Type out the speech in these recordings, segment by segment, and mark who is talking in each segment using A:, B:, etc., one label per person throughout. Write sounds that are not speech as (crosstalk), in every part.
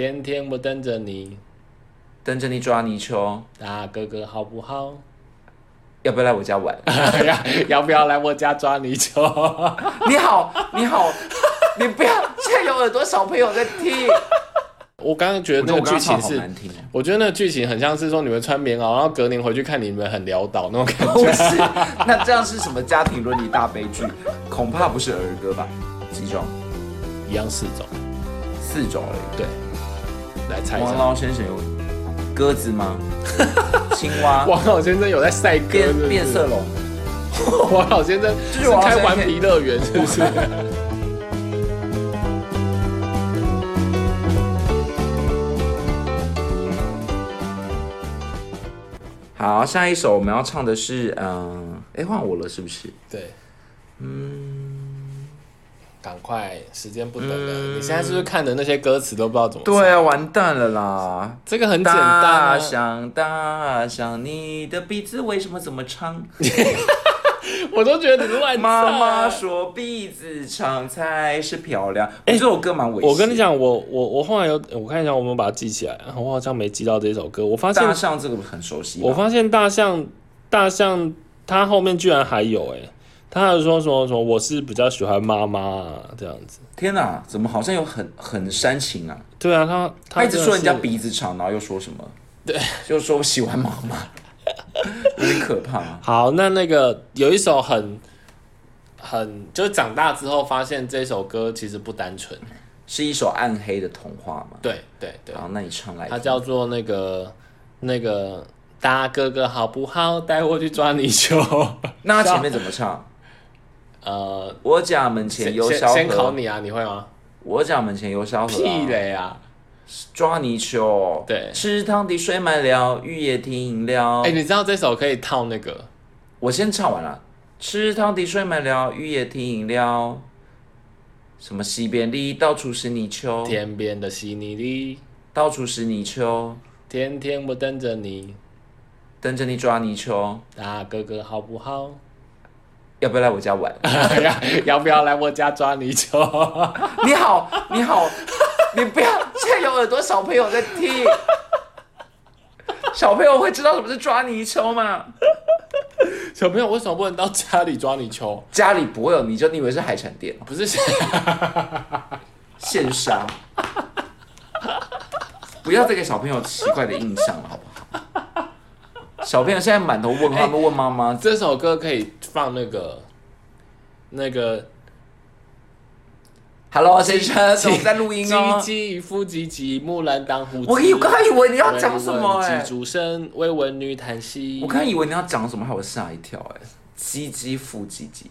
A: 天天我等着你，
B: 等着你抓泥鳅，
A: 大哥哥好不好？ (laughs)
B: 要不要来我家玩？ (laughs)
A: 要要不要来我家抓泥鳅？
B: 你好，你好，你不要，现在有耳朵小朋友在 (laughs) 听。
A: (laughs) 我刚刚觉得那个剧情
B: 好
A: 是，
B: 难听哦。
A: 我觉得那个剧情很像是说你们穿棉袄，然后隔年回去看你们很潦倒那种感
B: 不是， (laughs) 那这样是什么家庭伦理大悲剧？恐怕不是儿歌吧？几种？
A: 觉，一样四种。
B: 四种而已。
A: 对，来猜一
B: 王
A: 下。
B: 老先生有鸽子吗？ (laughs) 青蛙？
A: 王老先生有在赛鸽
B: 变
A: 是不是
B: 变色龙？
A: 王老先生
B: 就是是王老
A: 开
B: 先生
A: 顽皮乐园是不是？
B: 好，下一首我们要唱的是，嗯，哎，换我了是不是？
A: (laughs) 对，嗯，赶快，时间不等了。你现在是不是看的那些歌词都不知道怎么？
B: 对，啊，完蛋了啦！
A: 这个很简单、啊
B: 大。象，大象，你的鼻子为什么这
A: (laughs)
B: 么长？
A: 啊
B: (laughs)
A: 我都觉得你乱猜
B: 妈妈说鼻子长才是漂亮。哎、这首歌蛮猥亵。
A: 我跟你，讲，我我我后来有我看一下，我有没有把它记起来。我好像没记到这首歌。我发现
B: 大，象这个很熟悉吧。
A: 我发现大象，大象它后面居然还有哎、欸他还说什么什么，我是比较喜欢妈妈、啊、这样子。
B: 天哪，怎么好像有很很煽情啊？
A: 对啊，他
B: 他一直说人家
A: 真的是
B: 鼻子长，然后又说什么？对，就说我喜欢妈妈， (laughs) 有点可怕、
A: 好。那那个有一首很很，就是长大之后发现这首歌其实不单纯。
B: 是一首暗黑的童话嘛？
A: 对对对，
B: 好，那你唱来听。
A: 它叫做那个那个大哥哥好不好？带我去抓泥鳅。
B: 那他前面怎么唱？
A: 呃，
B: 我家门前
A: 先
B: 有
A: 先
B: 小
A: 先考
B: 河，
A: 你啊，你会吗？
B: 我家门前有小河、啊。
A: 屁嘞啊！
B: 抓泥鳅，
A: 对
B: 池塘的水满了，雨也停了。
A: 哎、你知道这首可以套那个
B: 我先唱完了。池塘的水满了，雨也停了。什么西边里到处是泥鳅，
A: 天边的稀泥里，
B: 到处是泥鳅，
A: 天天我等着你，
B: 等着你抓泥鳅。
A: 大哥哥好不好？ (laughs)
B: 要不要来我家玩？ (laughs)
A: 要要不要来我家抓泥鳅？ (laughs)
B: 你好，你好，你不要，现在有耳朵小朋友在听，小朋友会知道什么是抓泥鳅吗？
A: 小朋友为什么不能到家里抓泥鳅？
B: 家里不会有泥鳅，你以为是海产店哦？
A: 不是，
B: 现杀。不要再给小朋友奇怪的印象了，好不好？小朋友现在满头问号，他们问妈妈，
A: 这首歌可以放那个那个
B: Hello 先生，我们在录音哦
A: 唧。唧复唧唧，木兰当户织。
B: 我以我刚以为你要讲什么
A: 问
B: 哎、
A: 问鸡竹声，未闻女叹息。
B: 我刚以为你要讲什么，害我吓一跳哎、唧唧复唧唧，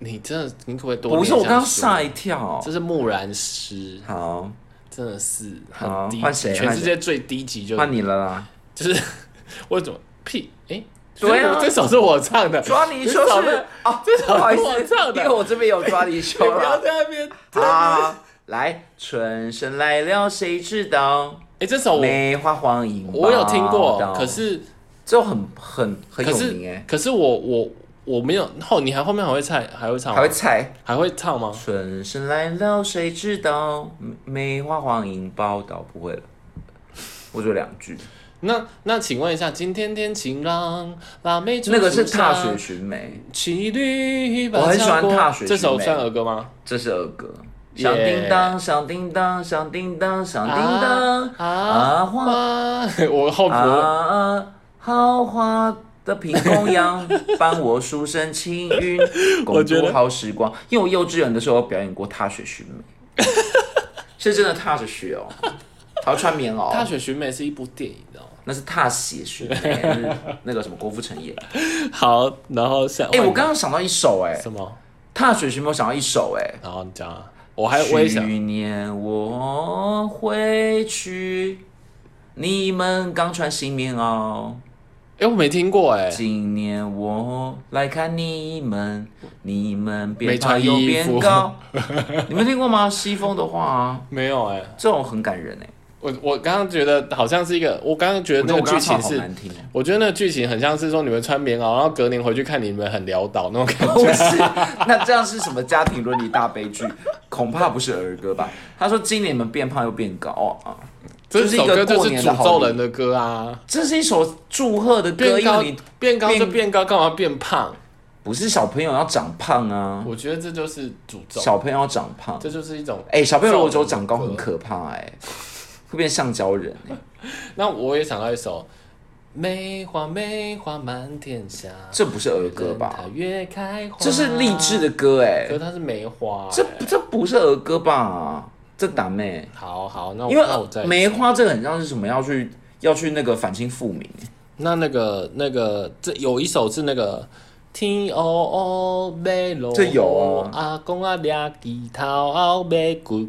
A: 你真的，你可不可以多？
B: 不是我刚刚吓，一跳
A: 啊这。是木兰诗，
B: 好，
A: 真的是很
B: 好
A: 低
B: 换
A: 级，
B: 谁
A: 全世界最低级就
B: 换
A: 是
B: 你了啦。
A: 就是为什么屁哎？
B: 对啊
A: 这首是我唱的，
B: 抓泥鳅
A: 这首
B: 是哦，
A: 这首
B: 不好意
A: 我
B: 思
A: 唱，的
B: 因为我这边有抓泥
A: 你
B: 鳅
A: 不要
B: 啦。
A: 在那边。
B: 好，来，春生来了，谁知道？
A: 哎，这首我
B: 梅花黄莺报道。
A: 我有听过，可是
B: 就很很很
A: 可
B: 有
A: 是
B: 名哎、
A: 可是我我我没有后，你还后面还会唱，还会唱吗
B: 还，会猜。
A: 还会唱吗？
B: 春生来了，谁知道？梅花黄莺报道不会了， (laughs) 我就两句。
A: 那那请问一下，今天天晴朗，辣妹
B: 那个是踏雪
A: 水，
B: 寻梅，
A: 骑驴把
B: 我很喜欢
A: 桥过
B: 踏雪寻梅
A: 这首算儿歌吗？
B: 这是儿歌。
A: 耶
B: 响叮当，响叮当，响叮当，响叮当
A: 啊
B: 啊花
A: 花， (laughs) 我后婆
B: 啊！好花的平公羊，伴我书生青云，
A: 我
B: 共
A: 觉得
B: 度好时光。因为我幼稚园的时候表演过踏雪寻梅， (laughs) 是真的踏着雪哦，还要穿棉袄。
A: 踏雪寻梅是一部电影，你哦知道吗？
B: 那是踏血寻梅，那是那个什么郭富城演。
A: 好，然后下
B: 哎、
A: 换
B: 我
A: 你
B: 刚刚想到一首、哎，
A: 什么？
B: 踏雪寻梅，我想到一首、哎。
A: 然后你讲啊，我还我也想，
B: 去年我回去，你们刚穿新棉袄。
A: 哎，我没听过哎，
B: 今年我来看你们，你们
A: 没
B: 变
A: 穿
B: 胖又
A: 衣
B: 变
A: 服
B: (laughs) 高。你们听过吗？西风的话、啊，
A: 没有哎，
B: 这种很感人哎、
A: 我我刚刚觉得好像是一个，我刚刚觉得那
B: 我觉得我
A: 个
B: 刚
A: 剧
B: 刚唱
A: 情
B: 好
A: 是，
B: 难听哦。
A: 我觉得那个剧情很像是说你们穿棉袄，然后隔年回去看你们很潦倒那种感
B: 不是，那这样是什么家庭伦理大悲剧？恐怕不是儿歌吧？他说今年你们变胖又变高哦啊，
A: 觉，
B: (laughs) 就是
A: 这首
B: 一个
A: 歌就
B: 过
A: 是
B: 年的
A: 诅
B: 好
A: 咒
B: 礼
A: 人的歌啊，
B: 这是一首祝贺的歌，
A: 变
B: 因
A: 高
B: 为你
A: 变高就
B: 变
A: 变高，干嘛变胖？
B: 不是小朋友要长胖啊，
A: 我觉得这就是诅咒，
B: 小朋友要长胖。
A: 这就是一种。
B: 哎、小朋友如果只有长高很可怕哎、会变橡胶人哎、
A: 那我也想到一首。梅花梅花满天下，
B: 这不是儿歌
A: 等
B: 吧
A: 它？越开花，
B: 这是励志的，歌哎、
A: 可是它是梅花、
B: 这
A: 哎
B: 这不是儿歌吧？这打妹，
A: 好好，那我
B: 因为
A: 那我再
B: 梅花这个很像是什么要去要去那个反清复明哎
A: 那那个那个，这有一首是那个天哦乌乌马路，
B: 这有啊
A: 阿公啊抓吉头后马骨，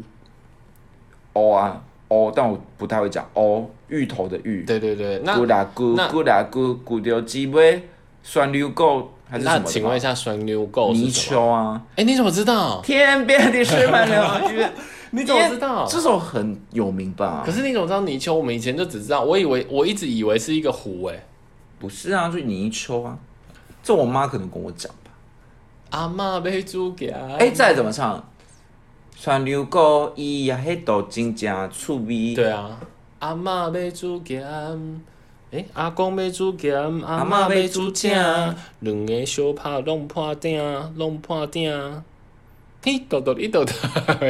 B: 哦啊哦，但我不太会讲哦，芋头的芋，
A: 对对对，那
B: 咕啦咕
A: 那
B: 咕啦咕咕掉鸡尾，酸溜狗还是什
A: 那
B: 么的吧？
A: 请问一下酸溜狗
B: 泥
A: 是什么？
B: 鳅啊，
A: 哎、你怎么知道？
B: 天边的水满了月，
A: (laughs) 你怎么知道？
B: 这首很有名吧
A: 可？是你怎么知道泥鳅？我们以前就只知道，我以为我一直以为是一个湖哎、
B: 不是啊，就泥鳅啊，这我妈可能跟我讲吧。
A: 阿嬷被猪给啊！
B: 哎、再怎么唱，酸溜狗伊呀黑豆真正趣味。
A: 对啊，阿嬷被煮咸，诶、阿公被煮咸，阿嬷
B: 嬷
A: 被
B: 要
A: 煮
B: 煮
A: 正
B: 正，
A: 两个相拍弄破鼎，弄破鼎，嘿，豆豆一豆豆，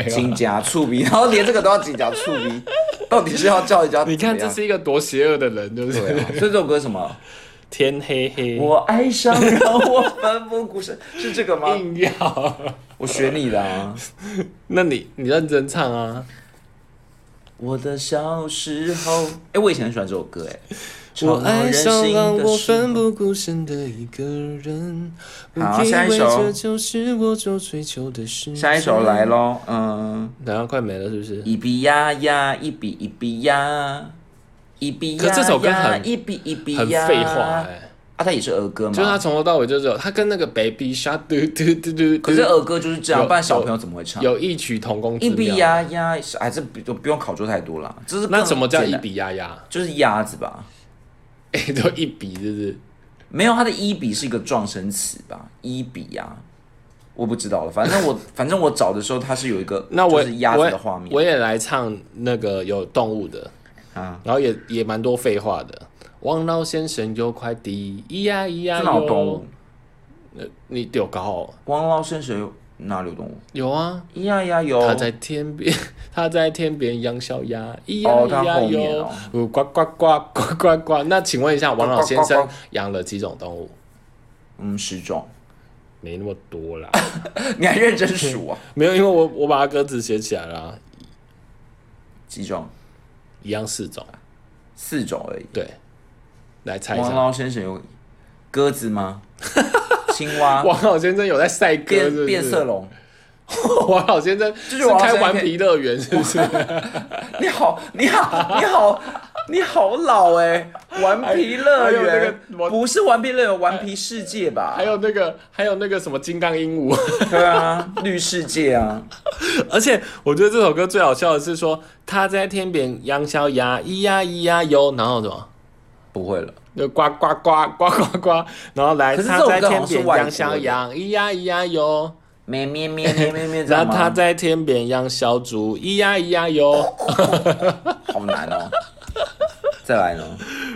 B: 真正趣味， (laughs) 然后连这个都要真正趣
A: (laughs)
B: 味，到底是要叫人家
A: 你看
B: 怎
A: 这
B: 么样
A: 是一个多邪恶的人，对不对？
B: 啊对啊，所以这首歌是
A: (laughs)
B: 什么？
A: 天黑黑，
B: 我爱上让我奋不顾身， (laughs) 是这个吗？
A: 硬要， (laughs)
B: 我学你的啊。
A: 那你你认真唱啊！
B: 我的小时候，哎、我以前很喜欢这首歌，哎，
A: 我爱上让我奋
B: 分
A: 不顾身的一个人，我
B: 好
A: 以
B: 下一
A: 为
B: 首
A: 这就是我所追求的事。
B: 下一首来，喽，嗯，
A: 等一下快没了是不是？
B: 一比呀呀，一比一比呀，一比呀呀，
A: 可这首歌很
B: 一比一比
A: 很
B: 呀，
A: 废话哎、
B: 啊，它也是儿歌嘛，
A: 就是他从头到尾就是有，他跟那个 Baby Shark 嘟嘟嘟嘟，
B: 可是儿歌就是这
A: 有
B: 样，不然小朋友怎么会唱？
A: 有异曲同工之
B: 一比
A: 妙。
B: 呀呀，哎，这不不用考究太多了，这是
A: 那
B: 更
A: 什么叫
B: 简
A: 一
B: 单？
A: 比呀呀？
B: 就是鸭子吧。
A: (laughs) 哎，就一比，就是
B: 没有，它的一比是一个撞声词吧？一比呀、我不知道了。反
A: (laughs)
B: 正我反正我找的时候，它是有一个
A: 那我
B: 就是鸭子
A: 我
B: 的画面
A: 我也来唱那个有动物的，
B: 啊，
A: 然后也也蛮多废话的。王老先生有快递，咿呀咿呀
B: 这哪有动
A: 哟
B: 物？。
A: 你丢高哦
B: 王老先生哪里有动物？
A: 有啊，
B: 咿呀呀哟，
A: 他在天边， (laughs) 他在天边养小鸭，咿呀
B: 哦
A: 咿
B: 它
A: 呀
B: 后面
A: 哟
B: 哦，
A: 呜呱呱呱呱呱呱。那请问一下，王老先
B: 呱呱
A: 生
B: 呱
A: 养了几种动物？
B: 嗯十种，
A: 没那么多啦， (laughs)
B: 你还认真数啊？
A: 没有，因为我我把它歌词写起来啦、
B: 几种？
A: 一样四种，
B: 四种而已。
A: 对，来猜一
B: 王
A: 下。
B: 老先生有鸽
A: (laughs)
B: 子吗？青蛙、
A: 王老先生有在赛鸽是不是
B: 变变色，龙。
A: 王老先生
B: 就是
A: 是
B: 王老
A: 开
B: 先生
A: 顽皮乐园是不是？ (laughs)
B: 你好，你好，你好，你好老哎、顽皮乐
A: 哎还有
B: 园
A: 那个
B: 不是顽皮乐园，顽皮世界吧？
A: 还有那个还有那个什么金刚鹦鹉，
B: 对啊，绿世界啊，
A: (laughs) 而且我觉得这首歌最好笑的是说他在天边养小鸭，咿呀咿呀哟，然后什么？
B: 不会了，
A: 就呱呱呱呱呱呱，然后来
B: 可是这
A: 他
B: 首
A: 在
B: 歌好
A: 天
B: 像是
A: 边
B: 外
A: 养
B: 国
A: 小
B: 的
A: 羊，咿呀咿呀哟，
B: 咩咩咩咩咩咩，知道
A: (laughs) 然后他
B: 吗？
A: 在天边养小猪，咿呀咿呀哟。
B: (laughs) 好难哦。再来呢，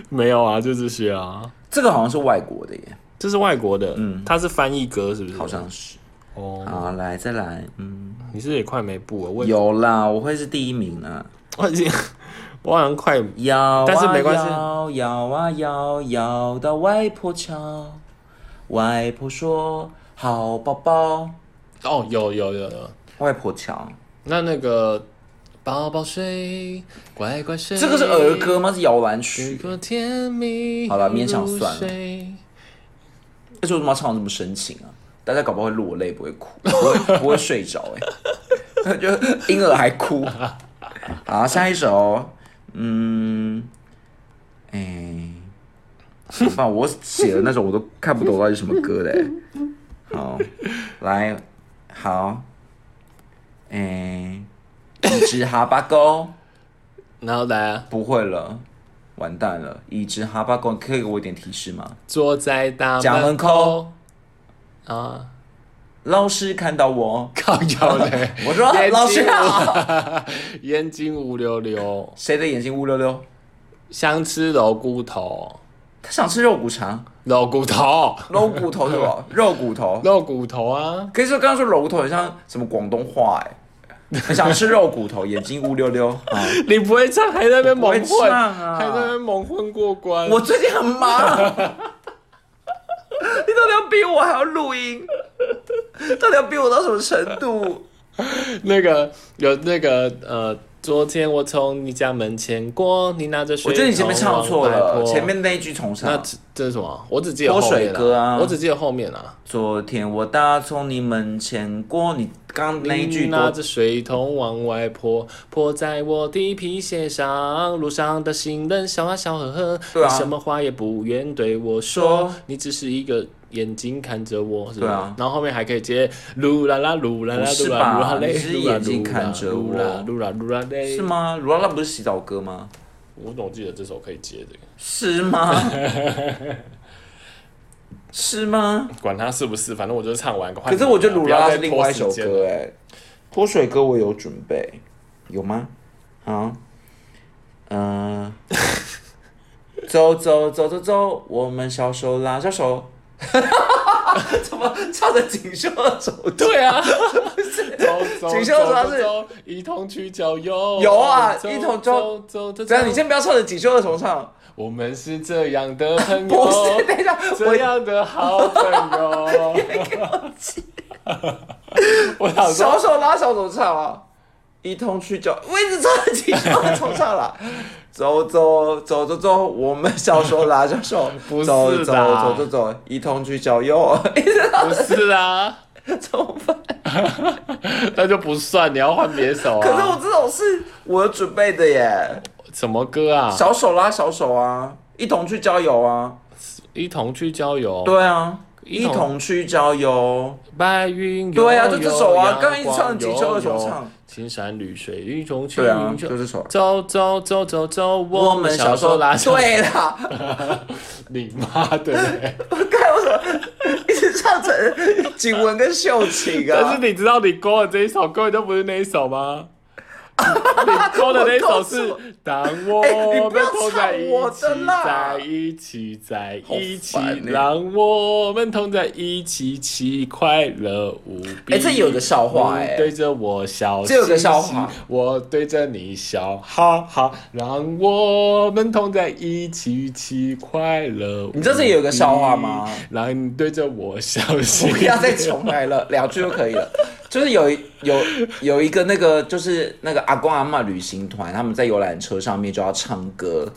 A: 没有啊，就这些啊，
B: 这个好像是外国的耶，
A: 这是外国的，嗯，它是翻译歌是不是？
B: 好像是。
A: 哦，
B: 好，来再来，嗯，
A: 你是不是也快没步了，我
B: 有啦，我会是第一名啊。
A: 我已经我好像快，
B: 摇啊
A: 但是没关系
B: 摇摇啊摇，摇到外婆桥。外婆说：“好宝宝。
A: 哦，有有有有，”
B: 外婆桥，
A: 那那个宝宝睡，乖乖睡，
B: 这个是儿歌，吗？是摇篮曲
A: 有。个甜蜜，
B: 好了勉强算了
A: 了。
B: 而且为什么要唱得这么深情啊？大家搞不好会落泪，不会哭，不会不会睡着哎、欸，就 (laughs) 婴儿还哭。好，下一首，嗯，哎、欸，反我写的那首我都看不懂到底是什么歌嘞、好，来，好，哎、一只哈巴狗，
A: 然后来啊，
B: 不会了，完蛋了！已知哈巴狗，可以给我一点提示吗？
A: 坐在大
B: 家门
A: 门
B: 口
A: 啊，
B: 老师看到我，
A: 靠腰嘞，
B: (laughs) 我说
A: 眼睛
B: 老师啊好，
A: (laughs) 眼睛乌溜溜，
B: 谁的眼睛乌溜溜？
A: 想吃肉骨头，
B: 他想吃肉骨肠，
A: 肉骨
B: (laughs)
A: 头，
B: 肉骨头对吧？ (laughs) 肉骨头。
A: 肉骨头啊，
B: 可以说刚刚说肉骨头很像什么广东话哎、很想吃肉骨头，眼睛乌溜溜 (laughs) 啊！
A: 你不会唱，还在那边
B: 不会
A: 蒙混，
B: 唱啊
A: 还在那边蒙混过关。
B: 我最近很忙， (laughs) 你到底要逼我还要录音？到底要逼我到什么程度？
A: 那个有那个呃，昨天我从你家门前过，你拿着水
B: 我觉得你前面唱错
A: 桶往外
B: 了，
A: 泼
B: 前面那一句重
A: 那
B: 唱。
A: 这这是什么？我只记得
B: 泼
A: 后面
B: 水歌啊
A: 我只记得后面啊。
B: 昨天我打从你门前过，你刚刚那一句
A: 你拿
B: 多
A: 着啊水桶往外泼，泼在我的皮鞋上。路上的行人笑啊笑呵呵，
B: 对啊
A: 你什么话也不愿对我说，你只是一个眼睛看着我，是吧？
B: 对啊
A: 然后后面还可以接噜啦啦噜啦啦
B: 不是
A: 噜啦噜啦
B: 吧
A: 嘞，
B: 你是
A: 噜啦
B: 眼睛
A: 噜啦
B: 看着
A: 噜
B: 我
A: 啦噜啦噜啦嘞
B: 是。吗？罗拉不是洗澡歌吗？
A: 我总记得这首可以接这个，
B: 是吗？ (laughs) 是吗？
A: 管他是不是，反正我就唱完。
B: 可是我觉得鲁
A: 不
B: 拉
A: 要
B: 拉
A: 再
B: 是另外一首
A: 拖时间了
B: 歌哎、泼水歌我有准备，有吗？好，嗯、走走走走走，我们小手拉小手，怎么唱的锦绣的手段？
A: 对啊， (laughs) 走走
B: 锦绣的时候它是
A: 走走一同去郊游，
B: 有啊
A: 走
B: 一同
A: 走
B: 走
A: 走走。
B: 这样，你先不要唱的锦绣的重唱，
A: 我们是这样的朋
B: (laughs) 不
A: 友
B: 是，，等一下，
A: 这
B: 我
A: 样的好朋
B: (laughs)
A: 友。我想说，
B: 小手拉小手唱啊，一同去郊，我一直唱的锦绣的重唱啦。走走走走走，我们小手拉小手，
A: 不是
B: 走走
A: 啦
B: 走走走，一同去郊游。
A: 不是啊，
B: (laughs) 怎么办？
A: 那就不算，你要换别首
B: 可是我
A: 啊。
B: 这种是我准备的耶，
A: 什么歌啊？
B: 小手拉小手啊，一同去郊游啊，
A: 一同去郊游，
B: 对啊，
A: 哦一
B: 一
A: 同
B: 同去郊游，
A: 白云悠悠
B: 对啊就这首啊刚刚一直唱
A: 阳光
B: 锦绣的时候
A: 悠悠
B: 唱
A: 青山绿水一同去
B: 对啊，
A: 云
B: 就
A: 秋
B: 这首。
A: 走走走走走，我们小时候拉手。
B: 对啦，
A: 你妈的！
B: 我看我怎么一直唱成景文跟秀琴
A: (laughs) 但是
B: 啊？
A: 你知道你勾的这一首根本就不是那一首吗？你勾的那一首是
B: (laughs) 我勾
A: 《当我
B: 哎你不
A: 们
B: 要
A: 同在一
B: 唱我
A: 起
B: 的，啦
A: 在一起，在一起
B: 好烦，欸
A: 让我们同在一起，其快乐无比。
B: 哎这有个笑话哎
A: 你对着我笑，
B: 这有个笑话
A: 嘻嘻我对着你笑，哈哈，让我们同在一起，其快乐无比。
B: 你这是有个笑话吗？
A: 让你对着我笑，嘻
B: 不
A: 嘻
B: 要再重来了，两句就可以了。就是有一有有一个那个就是那个阿公阿嬷旅行团，他们在游览车上面就要唱歌，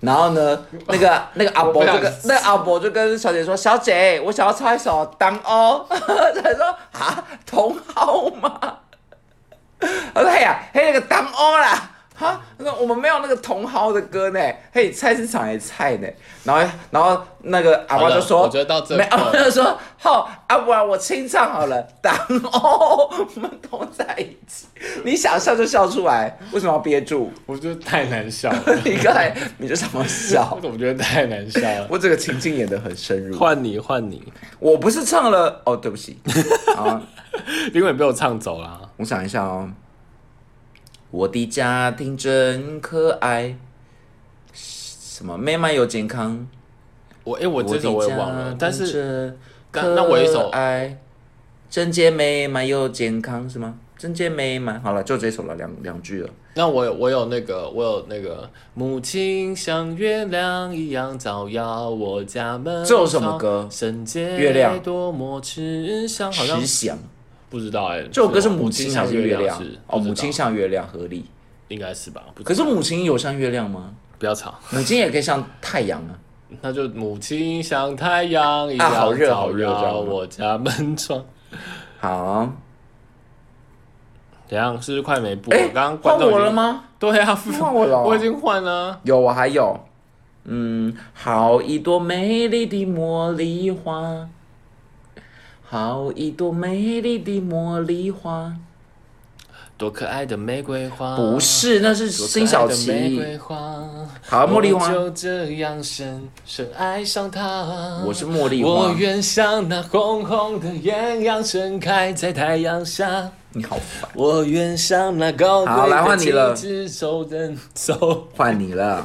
B: 然后呢，
A: (laughs)
B: 那个那个阿伯就
A: 我不
B: 跟
A: 想
B: 那个阿伯就跟小姐说：“小姐，我想要唱一首《当哦》。” (laughs) 她说：“啊，同好吗？”他说：“嘿呀、嘿那个当哦啦。”哈，那我们没有那个同好的歌呢，嘿，菜市场也菜呢。然后，然后那个阿
A: 好
B: 伯
A: 了
B: 就说：“
A: 我觉得到这
B: 没，
A: 够
B: 阿
A: 了
B: 伯就说：‘好，啊，不然我清唱好了，当哦，我们同在一起。’你想笑就笑出来，为什么要憋住？
A: 我觉得太难笑了，
B: 你刚才你就这么笑
A: (laughs)
B: (laughs)
A: 我，怎么觉得太难笑了？
B: 我这个情境演得很深
A: (laughs)
B: 入。
A: 换你，换你，
B: 我不是唱了哦，对不起， (laughs) 啊，
A: 因为你被我唱走了。
B: 我想一下哦，我的家庭真可爱，什么妹妹又健康，
A: 我哎、我这首我也忘了，但是
B: 是
A: 那那我有一首
B: 爱，贞洁妹妹又健康是吗？贞洁妹妹，好了，就这首了，两两句了。
A: 那我有我有那个我有那个母亲像月亮一样照耀我家门窗。
B: 这有什么歌
A: 圣洁
B: 月亮
A: 多么慈祥，好像
B: 石响，
A: 不知道哎、
B: 这首歌是
A: 我
B: 母亲还是月亮
A: 像是？不
B: 哦，
A: 知道
B: 母亲像月亮合理。
A: 应该是吧？不知
B: 可是母亲有像月亮吗？
A: 不要吵，
B: 母亲也可以像太阳啊。
A: 那就母亲像太阳一
B: 啊好
A: 样
B: 热
A: 照
B: 好热这
A: 耀
B: 样吗
A: 我家门窗。
B: 好，
A: 怎样？是不是快没布？
B: 哎
A: 我刚刚，观
B: 换
A: 众已
B: 我
A: 经
B: 了？吗？
A: 对啊，
B: 换我了哦
A: 我已经换了。
B: 有，我还有。嗯，好一朵美丽的茉莉花，好一朵美丽的茉莉花。
A: 多可爱的玫瑰花，
B: 不是，那是
A: 多可爱的
B: 辛晓
A: 玫
B: 琪。
A: 瑰花，
B: 好，茉莉
A: 我
B: 花，
A: 就这样深深爱上它。
B: 我是茉莉
A: 我
B: 花。
A: 愿像那红红的艳阳盛开在太阳下，
B: 你好烦，
A: 我愿像那高
B: 好
A: 贵
B: 来
A: 的
B: 换你了
A: 金枝手人手。
B: 换你了。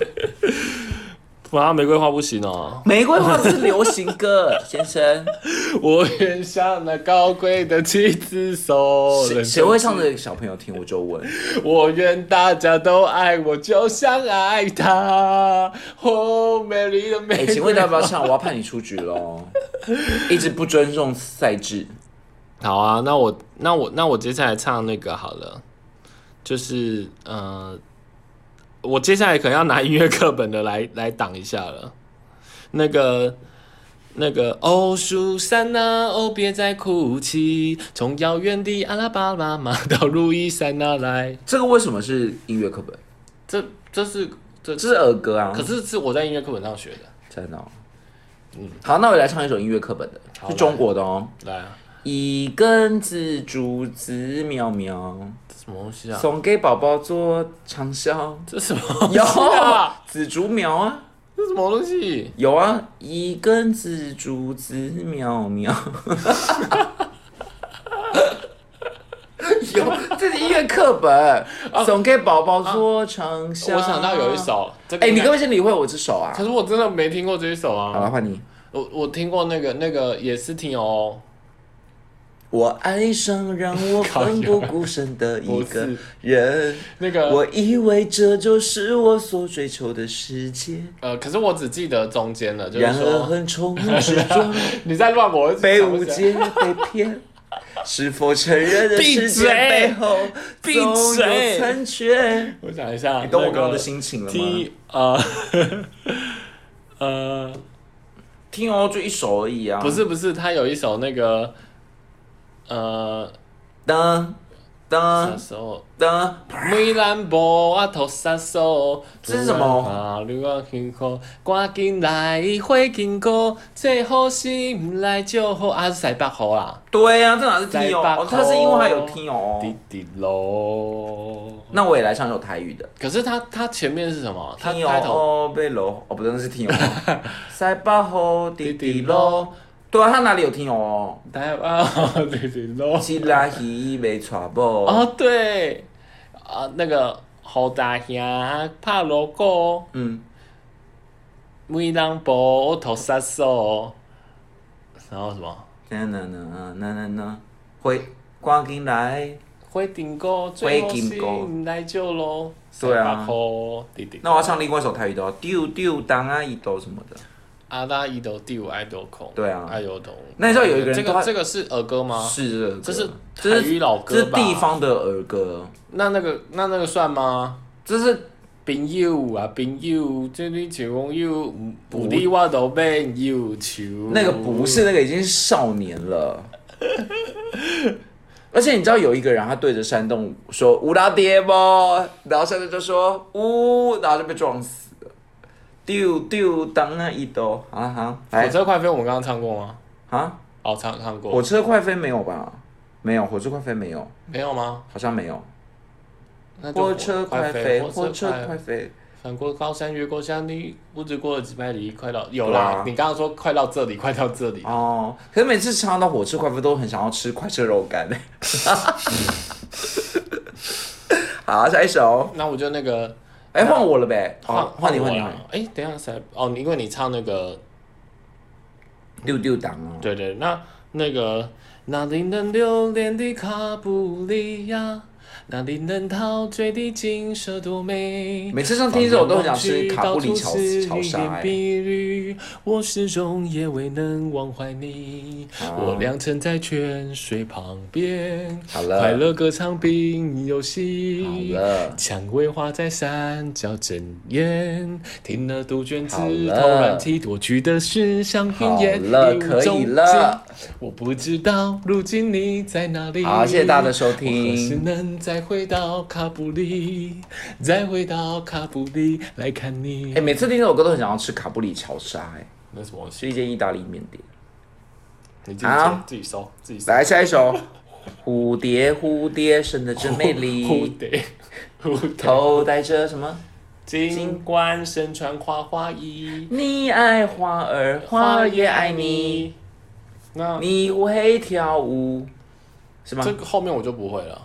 A: 哇，玫瑰花不行哦！
B: 玫瑰花是流行歌，先生。
A: 我愿像那高贵的妻子手
B: 谁
A: 人
B: 谁会唱这个？小朋友听我就问。
A: 我愿大家都爱我，就像爱他。哦，美丽的
B: 哎、
A: 美。
B: 请问你要不要唱？我要判你出局喽！一直不尊重赛制。
A: 好啊，那我那我那我接下来唱那个好了，就是呃，我接下来可能要拿音乐课本的来 (laughs) 来挡一下了。那个那个哦，苏珊娜，哦，别再哭泣，从遥远的阿拉巴马到路易塞那来，
B: 这个为什么是音乐课本？
A: 这这是这
B: 这是儿歌啊。
A: 可是是我在音乐课本上学的，
B: 真的、哦。好，那我来唱一首音乐课本的，
A: 嗯好
B: 是中国的哦。
A: 来啊，
B: 一根紫竹子苗苗，
A: 这什么东西啊？
B: 送给宝宝做长宵。
A: 这什么东西
B: 有
A: 啊？
B: 紫竹苗啊，
A: (laughs) 这什么东西？
B: 有啊，一根紫竹子
A: (laughs)
B: 苗苗。有，这是音乐课本，送给宝宝做长宵。
A: 哦我想到有一，首，哦这个
B: 啊哎、
A: 应
B: 你
A: 该
B: 根本先理会我这首啊
A: 可。是我真的没听过这一首
B: 好了，
A: 啊，
B: 换你。
A: 我我听过那个那个也是挺有、哦，
B: 我爱上让我奋不顾身的一
A: (laughs)
B: 个人，
A: 那个
B: 我以为这就是我所追求的世界，
A: 呃，可是我只记得中间了，就是
B: 然而
A: 说
B: 横冲直撞，
A: (laughs) 你在乱我，我一直
B: 被
A: 想不
B: 误
A: 起来
B: 解，被骗。是否承认的
A: 闭
B: 世界
A: 嘴
B: 背后总
A: 闭
B: 有
A: 嘴
B: 残缺？
A: 我想一下，
B: 你懂我刚刚的心情了吗？
A: 听呃 (laughs) 呃，
B: 听哦，就一首而已啊。
A: 不是不是，他有一首那个呃，
B: 当
A: 那
B: 当
A: 时候。
B: 当，
A: 梅兰波啊，头杀手，
B: 这是什么
A: 啊，你我辛苦，赶紧来火金菇，最好心来就好，啊，是西北好啦。
B: 对呀、啊，这哪是听
A: 在
B: 哦？
A: 把
B: 哦，他是因为他有听哦。
A: 滴滴喽。
B: 那我也来唱一首台语的。
A: 可是他他前面是什么？他
B: 听
A: 开头
B: 哦，被楼哦，不对，那是听哦。
A: (laughs)
B: 塞巴吼滴滴咯，对啊，他哪里有听哦？
A: 台湾 (laughs) 哦滴滴喽。
B: 七拉希没传播。
A: 哦，对，啊，那个侯大兄拍锣鼓，
B: 嗯，
A: 梅兰波头杀手，然后什么？
B: 那那那那那那，回赶紧来。
A: 火金菇，最好
B: 火金
A: 心来就喽。
B: 对啊
A: 西北好滴滴。
B: 那我要唱另外一首台语的哦，丢丢当啊一斗什么的，
A: 阿拉伊斗第五爱斗孔。
B: 对啊
A: 爱斗懂。
B: 那你知道有一个人
A: 这
B: 他
A: 个这个是儿歌吗？
B: 是
A: 这是
B: 哦这
A: 台
B: 是
A: 语老歌
B: 这是
A: 吧
B: 地方的儿歌，
A: 那那个那那个算吗？
B: 这是
A: 朋友啊，朋友，这里像朋友，唔有你我都变忧愁。
B: 那个不是那个已经是少年了。 (laughs) 而且你知道有一个人，他对着山洞说“乌拉爹不”，然后山洞就说“呜”，然后就被撞死了。丢丢当那一兜，啊哈，
A: 火
B: 来
A: 车快飞，我们刚刚唱过吗？
B: 啊！
A: 哦，唱唱过
B: 火，车快飞没有吧？没有，火车快飞没有，
A: 没有吗？
B: 好像没有。
A: 那就
B: 火车快飞，火
A: 火
B: 车
A: 车
B: 快
A: 快，
B: 飞，
A: 翻过高山，越过山岭，不知过了几百里，快到有
B: 对
A: 啦
B: 啊。
A: 你刚刚说快到这里，快到这里，
B: 哦，可是每次唱到火车快飞，都很想要吃快车肉干 (laughs) 嘞。好，下一首，
A: 那我就那个
B: 哎、换我了呗，
A: 换
B: 好换你，
A: 我
B: 换你，
A: 啦
B: 换你。。
A: 哎，等一下谁？哦，你因为你唱那个
B: 丢丢党哦，
A: 对对，那那个那令人留恋的卡布里亚，那令人陶醉的景色多美。
B: 每次上听这首都很想吃卡布里乔
A: 到
B: 乔
A: 处是一
B: 沙、
A: 片
B: 哎，
A: 碧绿，我始终也未能忘怀你。
B: 啊
A: 我俩曾在泉水旁边，
B: 好了
A: 快乐歌唱并游戏。
B: 哎好了
A: 蔷薇呃花在山脚争艳，听了杜鹃枝
B: 好了
A: 头软啼，我去的是香云烟。
B: 好了
A: 一无
B: 可以
A: 踪迹
B: 了
A: 我不知道如今你在哪里。
B: 好谢谢大家的收听
A: 我何时能再回到卡布里，再回到卡布里来看你？
B: 哎、每次听这首歌都很想要吃卡布里乔沙、哎，
A: 那什么东西？
B: 是一间意大利面店。
A: 你自己
B: 好
A: 剪自己收，自己收。
B: 来下一首，蝴蝶，蝴蝶生得真美
A: (laughs)
B: 丽
A: 蝴，蝶，蝴蝶，
B: 头戴着什么？
A: 尽管身穿花花衣，
B: 你爱花儿，花儿也爱你，。
A: 那
B: 你会跳舞，是吗
A: 这？个后面我就不会了。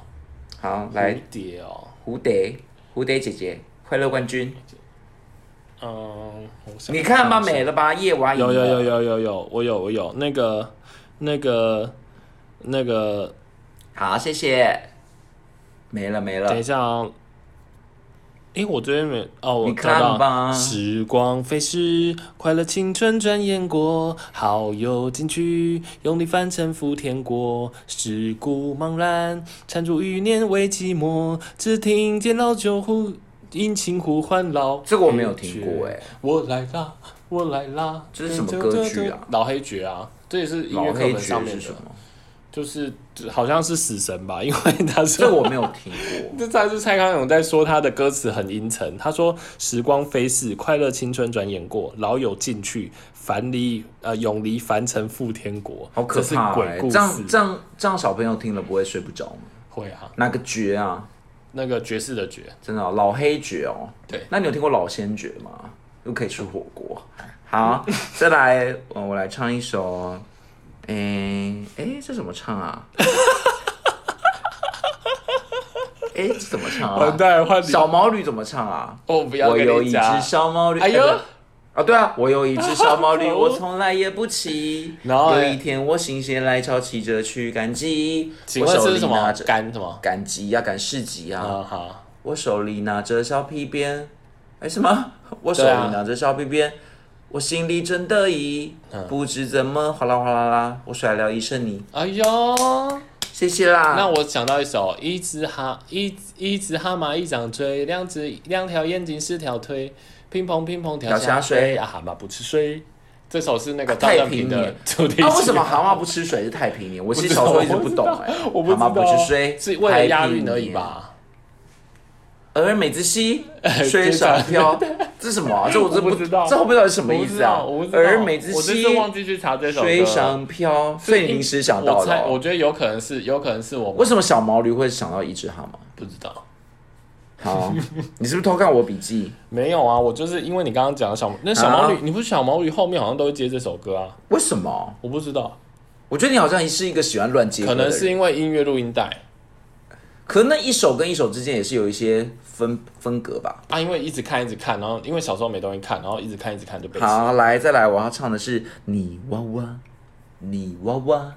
B: 好，来
A: 蝴蝶哦，
B: 蝴蝶，蝴蝶姐姐，快乐冠军，
A: 嗯，我想
B: 你看吧，
A: 一下
B: 美了吧，夜娃赢
A: 有
B: 了
A: 有有，有有有，我有我有那个那个那个，
B: 好，谢谢，没了没
A: 等
B: 了
A: 一，下哦。诶，我这边没哦，我
B: 你看
A: 找到
B: 吧
A: 时光飞逝，快乐青春转眼过，好友进去，用力翻尘覆天过，世故茫然，缠住余年为寂寞，只听见老酒呼殷勤呼唤老。
B: 这个我没有听过哎，
A: 我来啦，我来啦！
B: 这是什么歌剧啊？
A: 老黑爵啊，这也是音乐
B: 老
A: 课
B: 黑
A: 本
B: 爵啊
A: 上面
B: 是
A: 的，
B: 什么？
A: 就是好像是死神吧，因为 (laughs) 他是
B: 这个我没有听过，
A: 这才是蔡康永在说他的歌词很阴沉。他说：“时光飞逝，快乐青春转眼过，老友进去，凡离呃永离凡尘赴天国。”
B: 好可怕
A: 这是
B: 哎
A: 鬼故！
B: 这样
A: 事。
B: 这样这样，小朋友听了不会睡不着吗？
A: 会啊，
B: 哪个爵啊？
A: 那个爵士的爵，
B: 真的哦、老黑爵哦。
A: 对
B: 那你有听过老仙爵吗？又可以吃火锅。好，再来，呃我来唱一首，诶、诶、这怎么
A: (laughs)
B: 唱啊？诶、这怎么唱
A: 完
B: 啊？
A: 蛋换你。
B: (laughs) 小毛驴怎么唱啊？
A: 哦，不要
B: 我
A: 跟
B: 有
A: 你
B: 一只
A: 讲。
B: 小毛驴。
A: 哎呦
B: 呃对啊，对啊，我有一只小毛
A: (laughs)
B: 驴，
A: 可恶
B: 我从来也不骑。
A: 然后
B: 有
A: 嘞
B: 一天我心血来潮，骑着去赶集。
A: 请问
B: 我手
A: 这
B: 里
A: 是什么
B: 拿着
A: 干什么？
B: 赶集呀、赶市集呀、
A: 啊好，
B: 我手里拿着小皮鞭，哎什么？我手
A: 对啊
B: 里拿着小皮鞭，我心里真得意，
A: 嗯
B: 不知怎么哗啦哗啦啦，我甩了一身泥，
A: 哎呦。
B: 谢谢啦。
A: 那我想到一首，一只哈一一只哈马一掌追，两只两条眼睛是条腿，乒乓乒乓跳
B: 跳下水
A: 啊，蛤蟆不吃水。这首是那个
B: 啊
A: 赵
B: 太
A: 正
B: 平
A: 平的
B: 年
A: 主题曲。
B: 啊，为什么蛤蟆不吃水是太平年？我其实小时
A: (laughs)
B: 候一直不懂哎、
A: 我不知道
B: 蛤蟆不吃水
A: 是为了押韵而
B: 太
A: 已
B: 平年。
A: 吧？
B: 而美
A: (laughs)
B: 之溪
A: 对
B: 水上
A: (laughs)
B: 漂，这是什么啊？这我真
A: 我不知道
B: 这后面到底是什
A: 什
B: 么意思啊
A: 我不知？道，
B: 而美之
A: 我就是
B: 溪
A: 忘记去查这首歌
B: 水
A: 了。
B: 上漂，所以你临时想到
A: 我
B: 的
A: 猜，
B: 哦、
A: 我觉得有可能是，有可能是我
B: 为什么小毛驴会想到一只蛤蟆？
A: 不知道。 (laughs)
B: 好，你是不是偷看我笔记？
A: 没有啊，我就是因为你刚刚讲的小那小毛驴，
B: 啊
A: 你不是小毛驴后面好像都会接这首歌啊？
B: 为什么？
A: 我不知道，
B: 我觉得你好像是一个喜欢乱接歌
A: 可
B: 的人
A: 能是因为音乐录音带。
B: 可能那一首跟一首之间也是有一些分分隔吧。
A: 啊，因为一直看一直看，然后因为小时候没东西看，然后一直看一直看就背起来。
B: 好，来再来，我要唱的是《泥娃娃》，泥娃娃，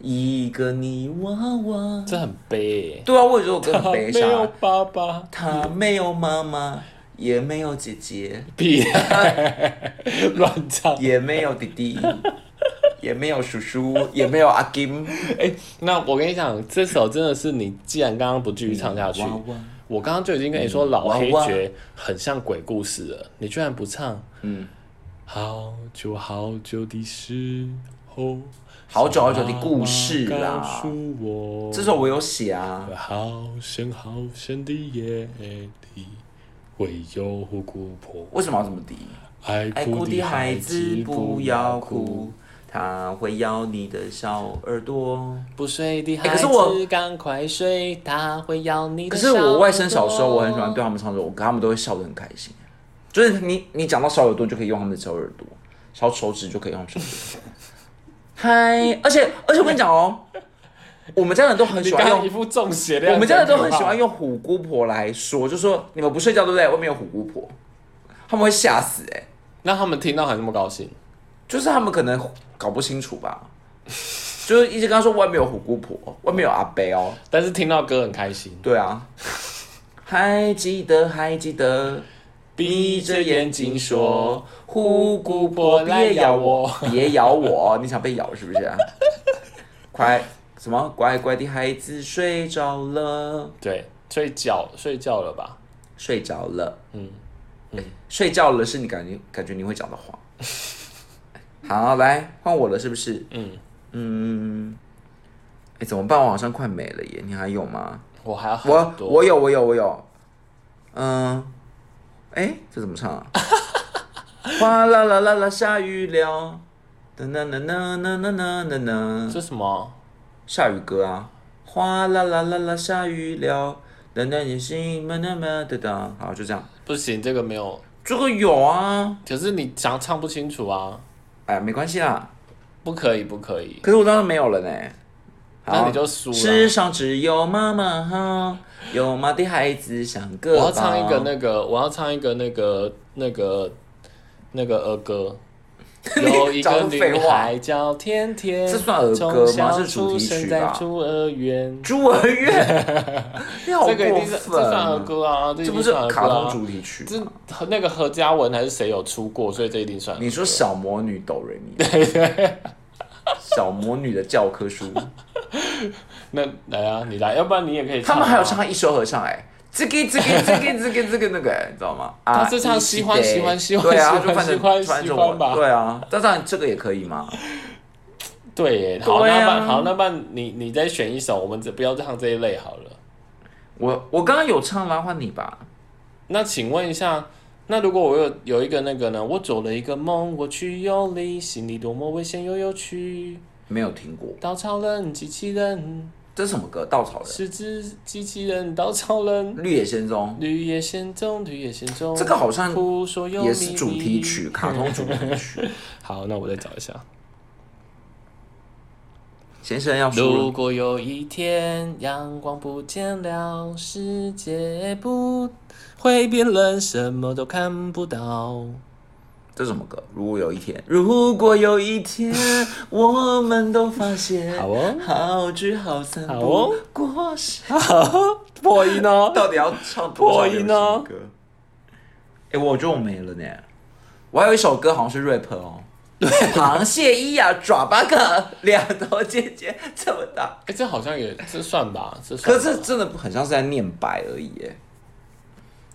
B: 一个泥娃娃。
A: 这很悲、欸。
B: 对啊，我有这首歌很悲
A: 没有
B: 伤。
A: 爸爸，
B: 他没有妈妈，也没有姐姐， (laughs)
A: 屁， (laughs) 乱唱。
B: 也没有弟 (laughs) 弟，也没有叔叔，也没有阿金。
A: 哎、那我跟你讲，这首真的是你，既然刚刚不继续唱下去，
B: 娃娃
A: 我刚刚就已经跟你说老
B: 娃
A: 黑
B: 娃
A: 爵很像鬼故事了，你居然不唱。
B: 嗯，
A: 好久好久的时候，
B: 好久好久的故事
A: 妈妈告
B: 啦。
A: 诉我，
B: 这首我有写啊。
A: 好深好深的夜里，会有湖泊。
B: 为什么要这么低？
A: 爱
B: 爱
A: 哭
B: 哭
A: 的
B: 的
A: 孩
B: 孩
A: 子
B: 子
A: 不
B: 不
A: 要
B: 要
A: 哭
B: 哭，，他会咬你的小耳朵。
A: 不睡的
B: 欸
A: 孩
B: 可是我
A: 子赶快睡，他会咬你
B: 可
A: 的
B: 是
A: 小
B: 我外甥
A: 耳
B: 小时候，我很喜
A: 朵
B: 欢对他们唱这首歌，他们都会笑得很开心。就是你你讲到小耳朵，你就可以用他们的小耳朵，小手指就可以用手指。嗨，而且而且我跟你
A: (laughs)
B: 讲哦，我们家人都很
A: 你
B: 喜
A: 刚
B: 欢
A: 刚一
B: 用，
A: 副中邪的样子，
B: 我们家人都很喜
A: 可怕
B: 欢。用虎姑婆来说，就说你们不睡觉对不对？外面有虎姑婆，他们会吓死哎、
A: 那他们听到还那么高兴，
B: 就是他们可能搞不清楚吧，就是一直跟他说外面有虎姑婆，外面有阿伯哦，
A: 但是听到歌很开心。
B: 对啊，还记得还记得，
A: 闭
B: 闭着
A: 着眼
B: 眼
A: 睛
B: 睛
A: 说
B: 说，虎姑婆别咬我，别咬我，你想被咬是不是、啊 (laughs) 快什么乖乖的孩子睡着了，
A: 对，睡觉睡觉了吧？
B: 睡着了，
A: 嗯
B: 哎睡觉了是你感觉感觉你会讲的话。好，来换我了，是不是？
A: 嗯，
B: 嗯，哎、怎么办？我好像快没了耶，你还有吗？
A: 我还有很
B: 我
A: 多。
B: 我有，我有，我有。嗯，哎、这怎么
A: (laughs)
B: 唱啊？哗啦啦啦啦，下雨了，噔噔噔噔噔噔噔噔
A: 这什么？
B: 下雨歌啊，哗啦啦啦啦，下雨了，等等也行，慢慢慢等等，好，就这样。
A: 不行，这个没有。
B: 这个有啊，
A: 可是你想唱不清楚啊，
B: 哎，没关系啦。
A: 不可以，不可以。
B: 可是我当时没有了呢。好
A: 那你就输了
B: 世上只有妈妈好，有妈的孩子像个
A: 我
B: 宝。
A: 要唱一个那个，我要唱一个那个那个那个儿
B: (laughs)
A: 歌。有一个
B: 讲
A: 女
B: 废话
A: 孩叫甜甜，
B: 这算儿歌吗
A: 从小
B: 是主题曲
A: 出
B: 吧
A: 生在孤儿园。
B: 猪儿 (laughs) 院，你好
A: 这个一
B: 过
A: 定是这
B: 分
A: 算儿
B: 啊！
A: 歌啊，这一
B: 这
A: 定
B: 不是
A: 算儿歌
B: 卡
A: 啊
B: 通主题曲吗？
A: 这那个何嘉文还是谁有出过，所以这一定算。
B: 你说小魔女哆瑞
A: (laughs)
B: 咪？小魔女的教科
A: (laughs)
B: 书，
A: 那来啊，你来，要不然你也可以
B: 他
A: 唱啊。
B: 们还有唱一首合唱哎、这个这个 (laughs) 这个这个这个那个、哎你知道吗？啊，
A: 他是唱喜欢
B: 一起得
A: 喜欢喜欢
B: 对啊，
A: 喜欢
B: 就翻
A: 喜
B: 成
A: 欢
B: 翻
A: 喜
B: 成
A: 欢
B: 我
A: 吧
B: 对啊，但当然这个也可以嘛。
A: 对耶，好，
B: 对啊
A: 那不然好，那不然你你再选一首，我们只不要唱这一类好了。
B: 我我刚刚有唱啦，换你吧。
A: 那请问一下，那如果我有有一个那个呢？我做了一个梦，我去游历，心里多么危险又有趣。
B: 没有听过，
A: 稻草人、机器人，
B: 这是什么歌？稻草人、
A: 十只机器人，稻草人，
B: 绿野仙踪，
A: 绿野仙踪，绿野仙踪。
B: 这个好像
A: 扑朔有
B: 也是
A: 迷
B: 主题曲，卡通主题
A: (laughs)
B: 曲。
A: 好，那我再找一下。
B: 先生要
A: 如
B: 输，
A: 果有一天阳光不见了，世界不会变冷，什么都看不到。
B: 这是什么歌？如果有一天，如果有一天， (laughs) 我们都发现，
A: 好哦
B: 好聚好散
A: 好哦
B: 不过是。
A: 破音哦，
B: 到底要唱多少
A: 破音哦
B: 流行歌？哎、我觉得我没了呢。我还有一首歌好像是 rap 哦，对，螃蟹一呀、爪八个， (laughs) 两头尖尖这么大。
A: 哎、这好像也这算吧，这算
B: 可
A: 吧。
B: 是真的很像是在念白而已耶。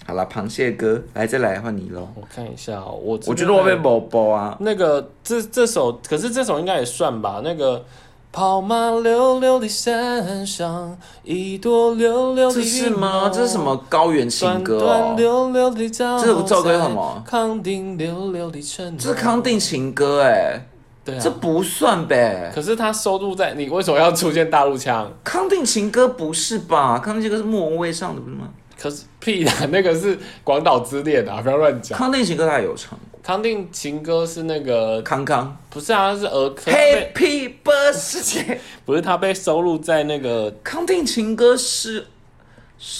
B: 好啦，螃蟹歌，来再来换你喽。
A: 我看一下、哦，我
B: 我觉得我被某包啊，
A: 那个这这首，可是这首应该也算吧。那个跑马溜溜的山上，一朵溜溜的
B: 这
A: 云
B: 是吗？
A: 哦
B: 这是什么高原情
A: 短
B: 歌
A: 短
B: 哦？
A: 溜溜的照，
B: 这首这首歌叫什么
A: 康定溜溜的城，
B: 这是康定情歌哎，
A: 对啊
B: 这。不算呗。
A: 可是它收录在你为什么要出现大陆腔？
B: 康定情歌不是吧？康定情歌是莫文蔚上的不是吗？
A: 可是屁啦，那个是广岛之恋啊，不要乱讲。
B: 康定情歌他也有唱过，
A: 康定情歌是那个
B: 康康
A: 不是啊，是儿歌，被
B: ，Happy Birthday，
A: (laughs) 不是它被收录在那个，
B: 康定情歌是，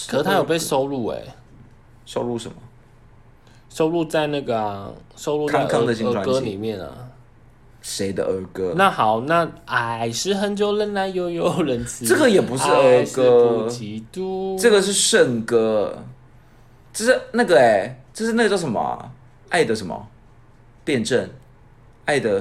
A: 可是它有被收录哎、
B: 收录什么？
A: 收录在那个啊，收录在
B: 康康的新
A: 儿
B: 专
A: 儿
B: 辑
A: 歌里面啊。
B: 谁的儿歌？
A: 那好，那爱是很久忍耐又有人知，
B: 这个也不是儿歌
A: 爱是不嫉妒，
B: 这
A: 个
B: 个是圣歌，这是那个哎、这是那个叫什么啊、爱的什么？辩证，爱的。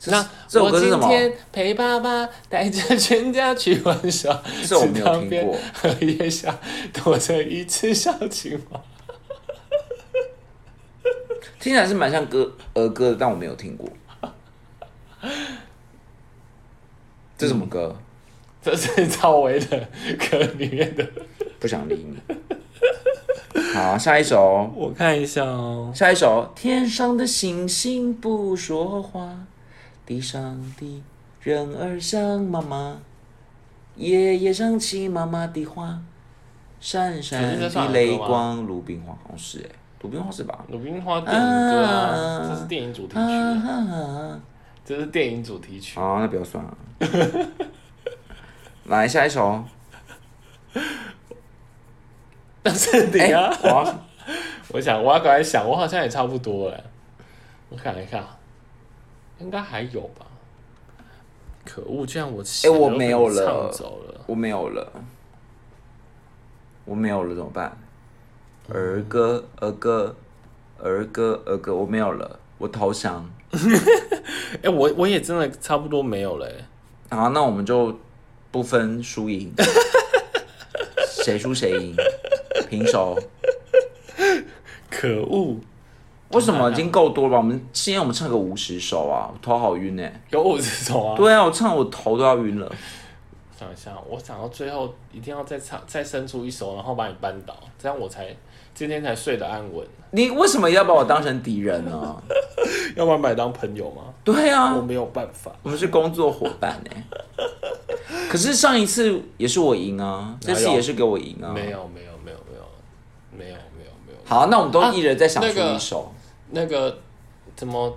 B: 这是
A: 那
B: 这首
A: 我
B: 歌是
A: 今
B: 什么？
A: 天陪爸爸带着全家去玩耍，
B: 这我没有听
A: 池
B: 过
A: 塘边荷叶下躲着一只小青蛙。
B: 听起来是蛮像歌儿歌的，但我没有听过。
A: (laughs)
B: 这什么歌？
A: 这是赵薇的歌里面的，
B: 不想理你。好，下一首。
A: 我看一下哦。
B: 下一首，天上的星星不说话，地上的人儿像妈妈，夜夜想起妈妈的话，闪闪
A: 可是这算
B: 的
A: 儿歌吗
B: 泪光，鲁冰花好像是哎，鲁冰花是吧？
A: 鲁冰花电影歌啊，
B: 啊
A: 这是电影主题曲
B: 啊
A: 啊，
B: 啊啊！
A: 这是电影主题曲。
B: 好，那不要算了。 (laughs) 来下一首，
A: 但是你
B: 哎、
A: 啊，
B: 我要
A: 我想，我要赶快想，我好像也差不多了。我看一下，应该还有吧。可恶，居然我哎
B: 哎我没有了
A: 唱走了。
B: 我没有了，我没有了怎么办？儿歌，儿歌，儿歌，儿歌，我没有了，我投降。
A: 哎、我我也真的差不多没有了、哎
B: 好，那我们就不分输赢， (laughs) 谁输谁赢，平手。
A: 可恶，
B: 为什么已经够多了吧？我们今天我们唱个五十首啊，我头好晕哎、
A: 有五十首啊！
B: 对啊，我唱我头都要晕了。
A: 想一下，我想到最后一定要再唱，再伸出一手，然后把你扳倒，这样我才今天才睡得安稳。
B: 你为什么要把我当成敌人呢？
A: 要不然把你当朋友吗？
B: 对啊，
A: 我没有办法。 (laughs)
B: 我们是工作伙伴哎、欸可是上一次也是我赢啊，这次也是给我赢啊。
A: 没有没有没有没有没有没有没有
B: 好，那我们都一人在想
A: 啊
B: 出
A: 那个
B: 一首。
A: 那个怎么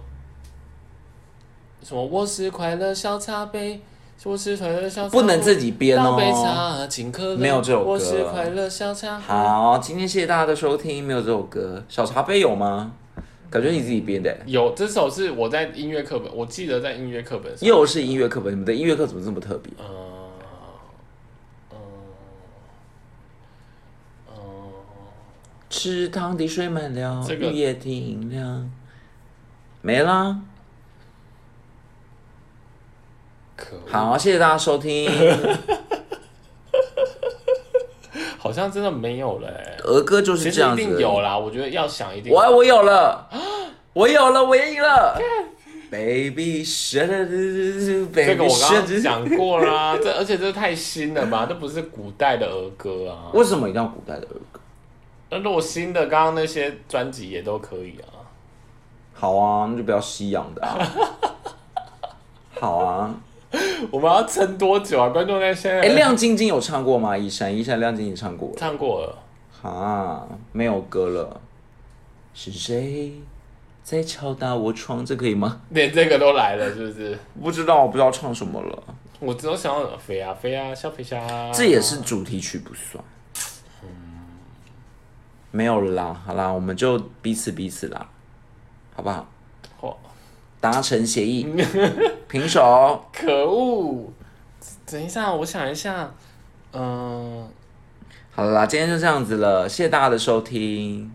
A: 什么我是快乐小茶杯，我是快乐小茶杯
B: 不能自己编哦
A: 倒杯茶请客人
B: 没有这首歌
A: 我是快乐小茶杯。
B: 好，今天谢谢大家的收听。没有这首歌，小茶杯有吗？感觉你自己编的欸、
A: 有这首是我在音乐课本，我记得在音乐课本上。
B: 又是音乐课本，你们的音乐课怎么这么特别？
A: 嗯嗯嗯，
B: 池塘滴水满了，
A: 这个
B: 绿叶挺亮。没啦，
A: 可恶
B: 好，谢谢大家
A: (laughs)
B: 收听。
A: 好像真的没有了、欸。
B: 儿歌就
A: 其
B: 是
A: 实
B: 这样
A: 一
B: 子，
A: 定有啦，我觉得要想一定。
B: 我我有了，我有了，我赢了。Baby shut up,
A: 这个
B: baby
A: 我刚
B: shut
A: 刚
B: up。
A: 讲过啦，这而且这太新了吧，这不是古代的儿歌啊。
B: 为什么一定要古代的儿歌？
A: 那如果新的，刚刚那些专辑也都可以啊。
B: 好啊，那就不要西洋的啊。好啊，
A: 我们要撑多久啊？观众在现在、
B: 哎、亮晶晶有唱过吗？一闪一闪，亮晶晶唱过了。
A: 唱过了，
B: 啊，没有歌了。是谁在敲打我窗？这可以吗？
A: 连这个都来了，是不是？
B: 不知道，我不知道唱什么了。
A: 我只有想到飞啊飞啊，小飞侠。
B: 这也是主题曲不算。没有了啦，好啦，我们就彼此彼此啦，好不好？
A: 哦
B: 达成
A: (laughs)
B: 协议，平手。
A: 可恶！等一下，我想一下，嗯、
B: 好了啦，今天就这样子了，谢谢大家的收听。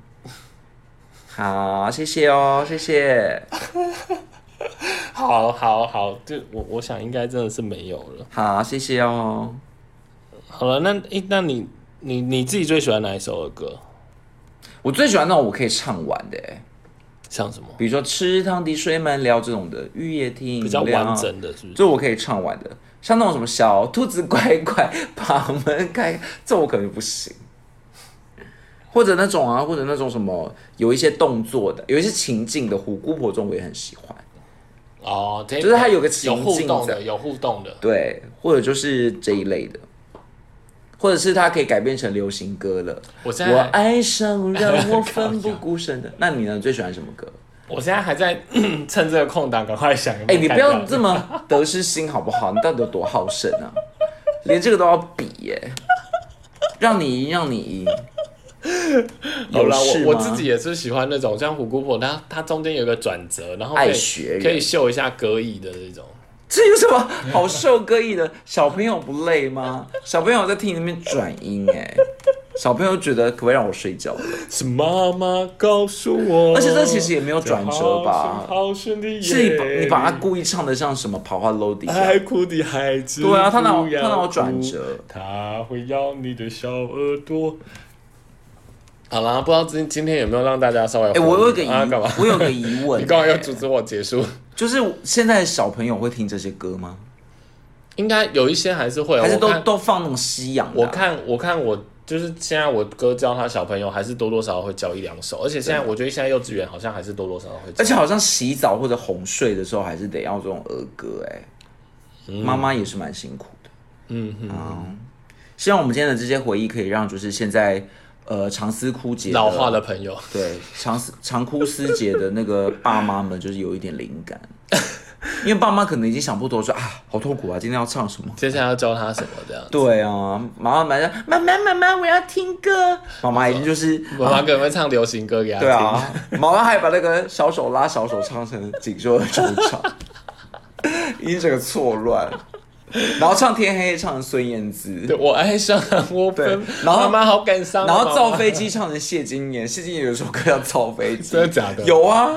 B: 好，谢谢哦，谢谢。
A: 好好好，就我我想应该真的是没有了。
B: 好，谢谢哦。
A: 好了，那诶、那你你你自己最喜欢哪一首儿歌？
B: 我最喜欢那种我可以唱完的、欸，
A: 像什么
B: 比如说“池塘滴水满了”这种的，玉叶听
A: 比较完整的，是不是？
B: 就我可以唱完的，像那种什么小兔子乖乖把门开，这我可能不行。或者那种啊，或者那种什么有一些动作的，有一些情境的《虎姑婆》中我也很喜欢。
A: 哦，就
B: 啊就是它有个
A: 有
B: 情
A: 互
B: 境
A: 动
B: 在
A: 的，有互动的。
B: 对，或者就是这一类的，或者是它可以改编成流行歌了。
A: 我现
B: 我啊
A: 在
B: 爱上让我奋不顾身的，那你呢？最喜欢什么歌？
A: 我现在还在 (clears throat) 趁这个空档赶快想有没
B: 哎、
A: 有
B: 你
A: 改
B: 不
A: 掉。
B: 要这么得失心好不好？你到底有多好胜啊？连这个都要比耶、让你赢，让你赢。
A: 好
B: 有
A: 了，
B: 事
A: 我我
B: 吗
A: 自己也是喜欢那种像虎姑婆，它它中间有个转折，然后可
B: 爱
A: 以
B: 学人
A: 可以秀一下歌艺的这种。
B: 这有什么好受歌意的？小朋友不累吗？小朋友在听你那边转音哎、小朋友觉得可不可以让我睡觉了？
A: 是妈妈告诉我，
B: 而且这其实也没有转折吧
A: 就哦好深的夜
B: 是你把你把它故意唱的像什么跑花 low 底下？
A: 爱哭的孩子，
B: 对啊，他哪有
A: 不要
B: 他哪有转
A: 哭
B: 折？
A: 他会咬你的小耳朵。好啦，不知道今今天有没有让大家稍微哎
B: 哎、我有一个疑，
A: 啊干嘛？
B: 我有个疑问、
A: 你干嘛要阻止我结束？
B: 就是现在小朋友会听这些歌吗？
A: 应该有一些还是会，
B: 还是
A: 我
B: 都
A: 看
B: 都放那种西洋的
A: 我
B: 啊、
A: 看我看我就是现在我哥教他小朋友还是多多少少会教一两首，而且现在我觉得现在幼稚园好像还是多多少少会教
B: 而。且好像洗澡或者哄睡的时候，还是得要这种儿歌哎、妈妈也是蛮辛苦的。
A: 嗯
B: 嗯希望我们今天的这些回忆可以让就是现在呃长思枯竭的
A: 老化的朋友，
B: 对长思长枯思竭的那个爸妈们，就是有一点灵
A: (laughs)
B: 感，因为爸妈可能已经想不通说啊好痛苦啊，今天要唱什么？
A: 接下来要教他什么这样？
B: 对啊，妈妈妈妈妈妈妈，我要听歌。妈妈已经就是
A: 妈妈可能会唱流行歌给他听。
B: 对啊，毛妈还把那个小手拉小手唱成锦绣的惆
A: (laughs)
B: 怅，已经整个错乱。然后唱《天黑》唱成孙燕姿
A: 对，，我爱上我分
B: 对，然后
A: 妈妈好感伤啊，
B: 然后造
A: 妈妈
B: 飞机唱成谢金燕，谢金燕有一首歌叫《造飞机》，
A: (laughs) 真的假的
B: 有啊，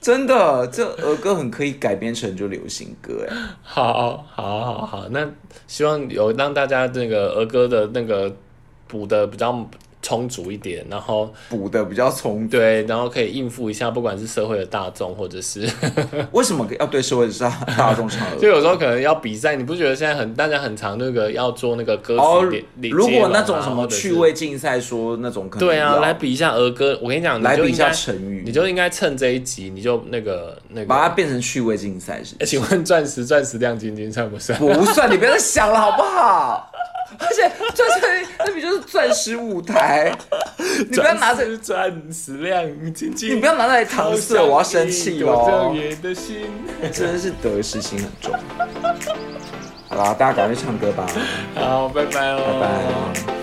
B: 真的，这儿歌很可以改编成就流行歌哎。
A: 好好好好，那希望有让大家那个儿歌的那个补的比较充足一点，然后
B: 补的比
A: (laughs)
B: 较充足。
A: 对，然后可以应付一下，不管是社会的大众，或者是
B: 为什么要对社会上大
A: (laughs)
B: 众唱
A: 就有时候可能要比赛，你不觉得现在很大家很常那个要做那个歌
B: 哦
A: 词连连，接
B: 如果
A: 龙
B: 那
A: 啊
B: 种什么
A: 或者是
B: 趣味竞赛，说那种可能
A: 对啊，
B: 要
A: 来比一下儿歌。我跟你讲，你
B: 来
A: 就
B: 比一
A: 应
B: 下
A: 该，
B: 成语，
A: 你就应该趁这一集，你就那个那个。
B: 把它变成趣味竞赛是不
A: 欸请问钻石钻石亮晶晶算不算？
B: 是？不算，你不要再想了好不好？而且钻石那比就是钻石舞台，你不要拿着，
A: 钻石钻石亮晶晶，
B: 你不要拿来搪塞，我要生气
A: 了
B: 哦。。
A: 你的心。
B: (laughs) 真的是得失心很重。好啦，大家赶快去唱歌吧，
A: 好，拜拜哦，
B: 拜拜。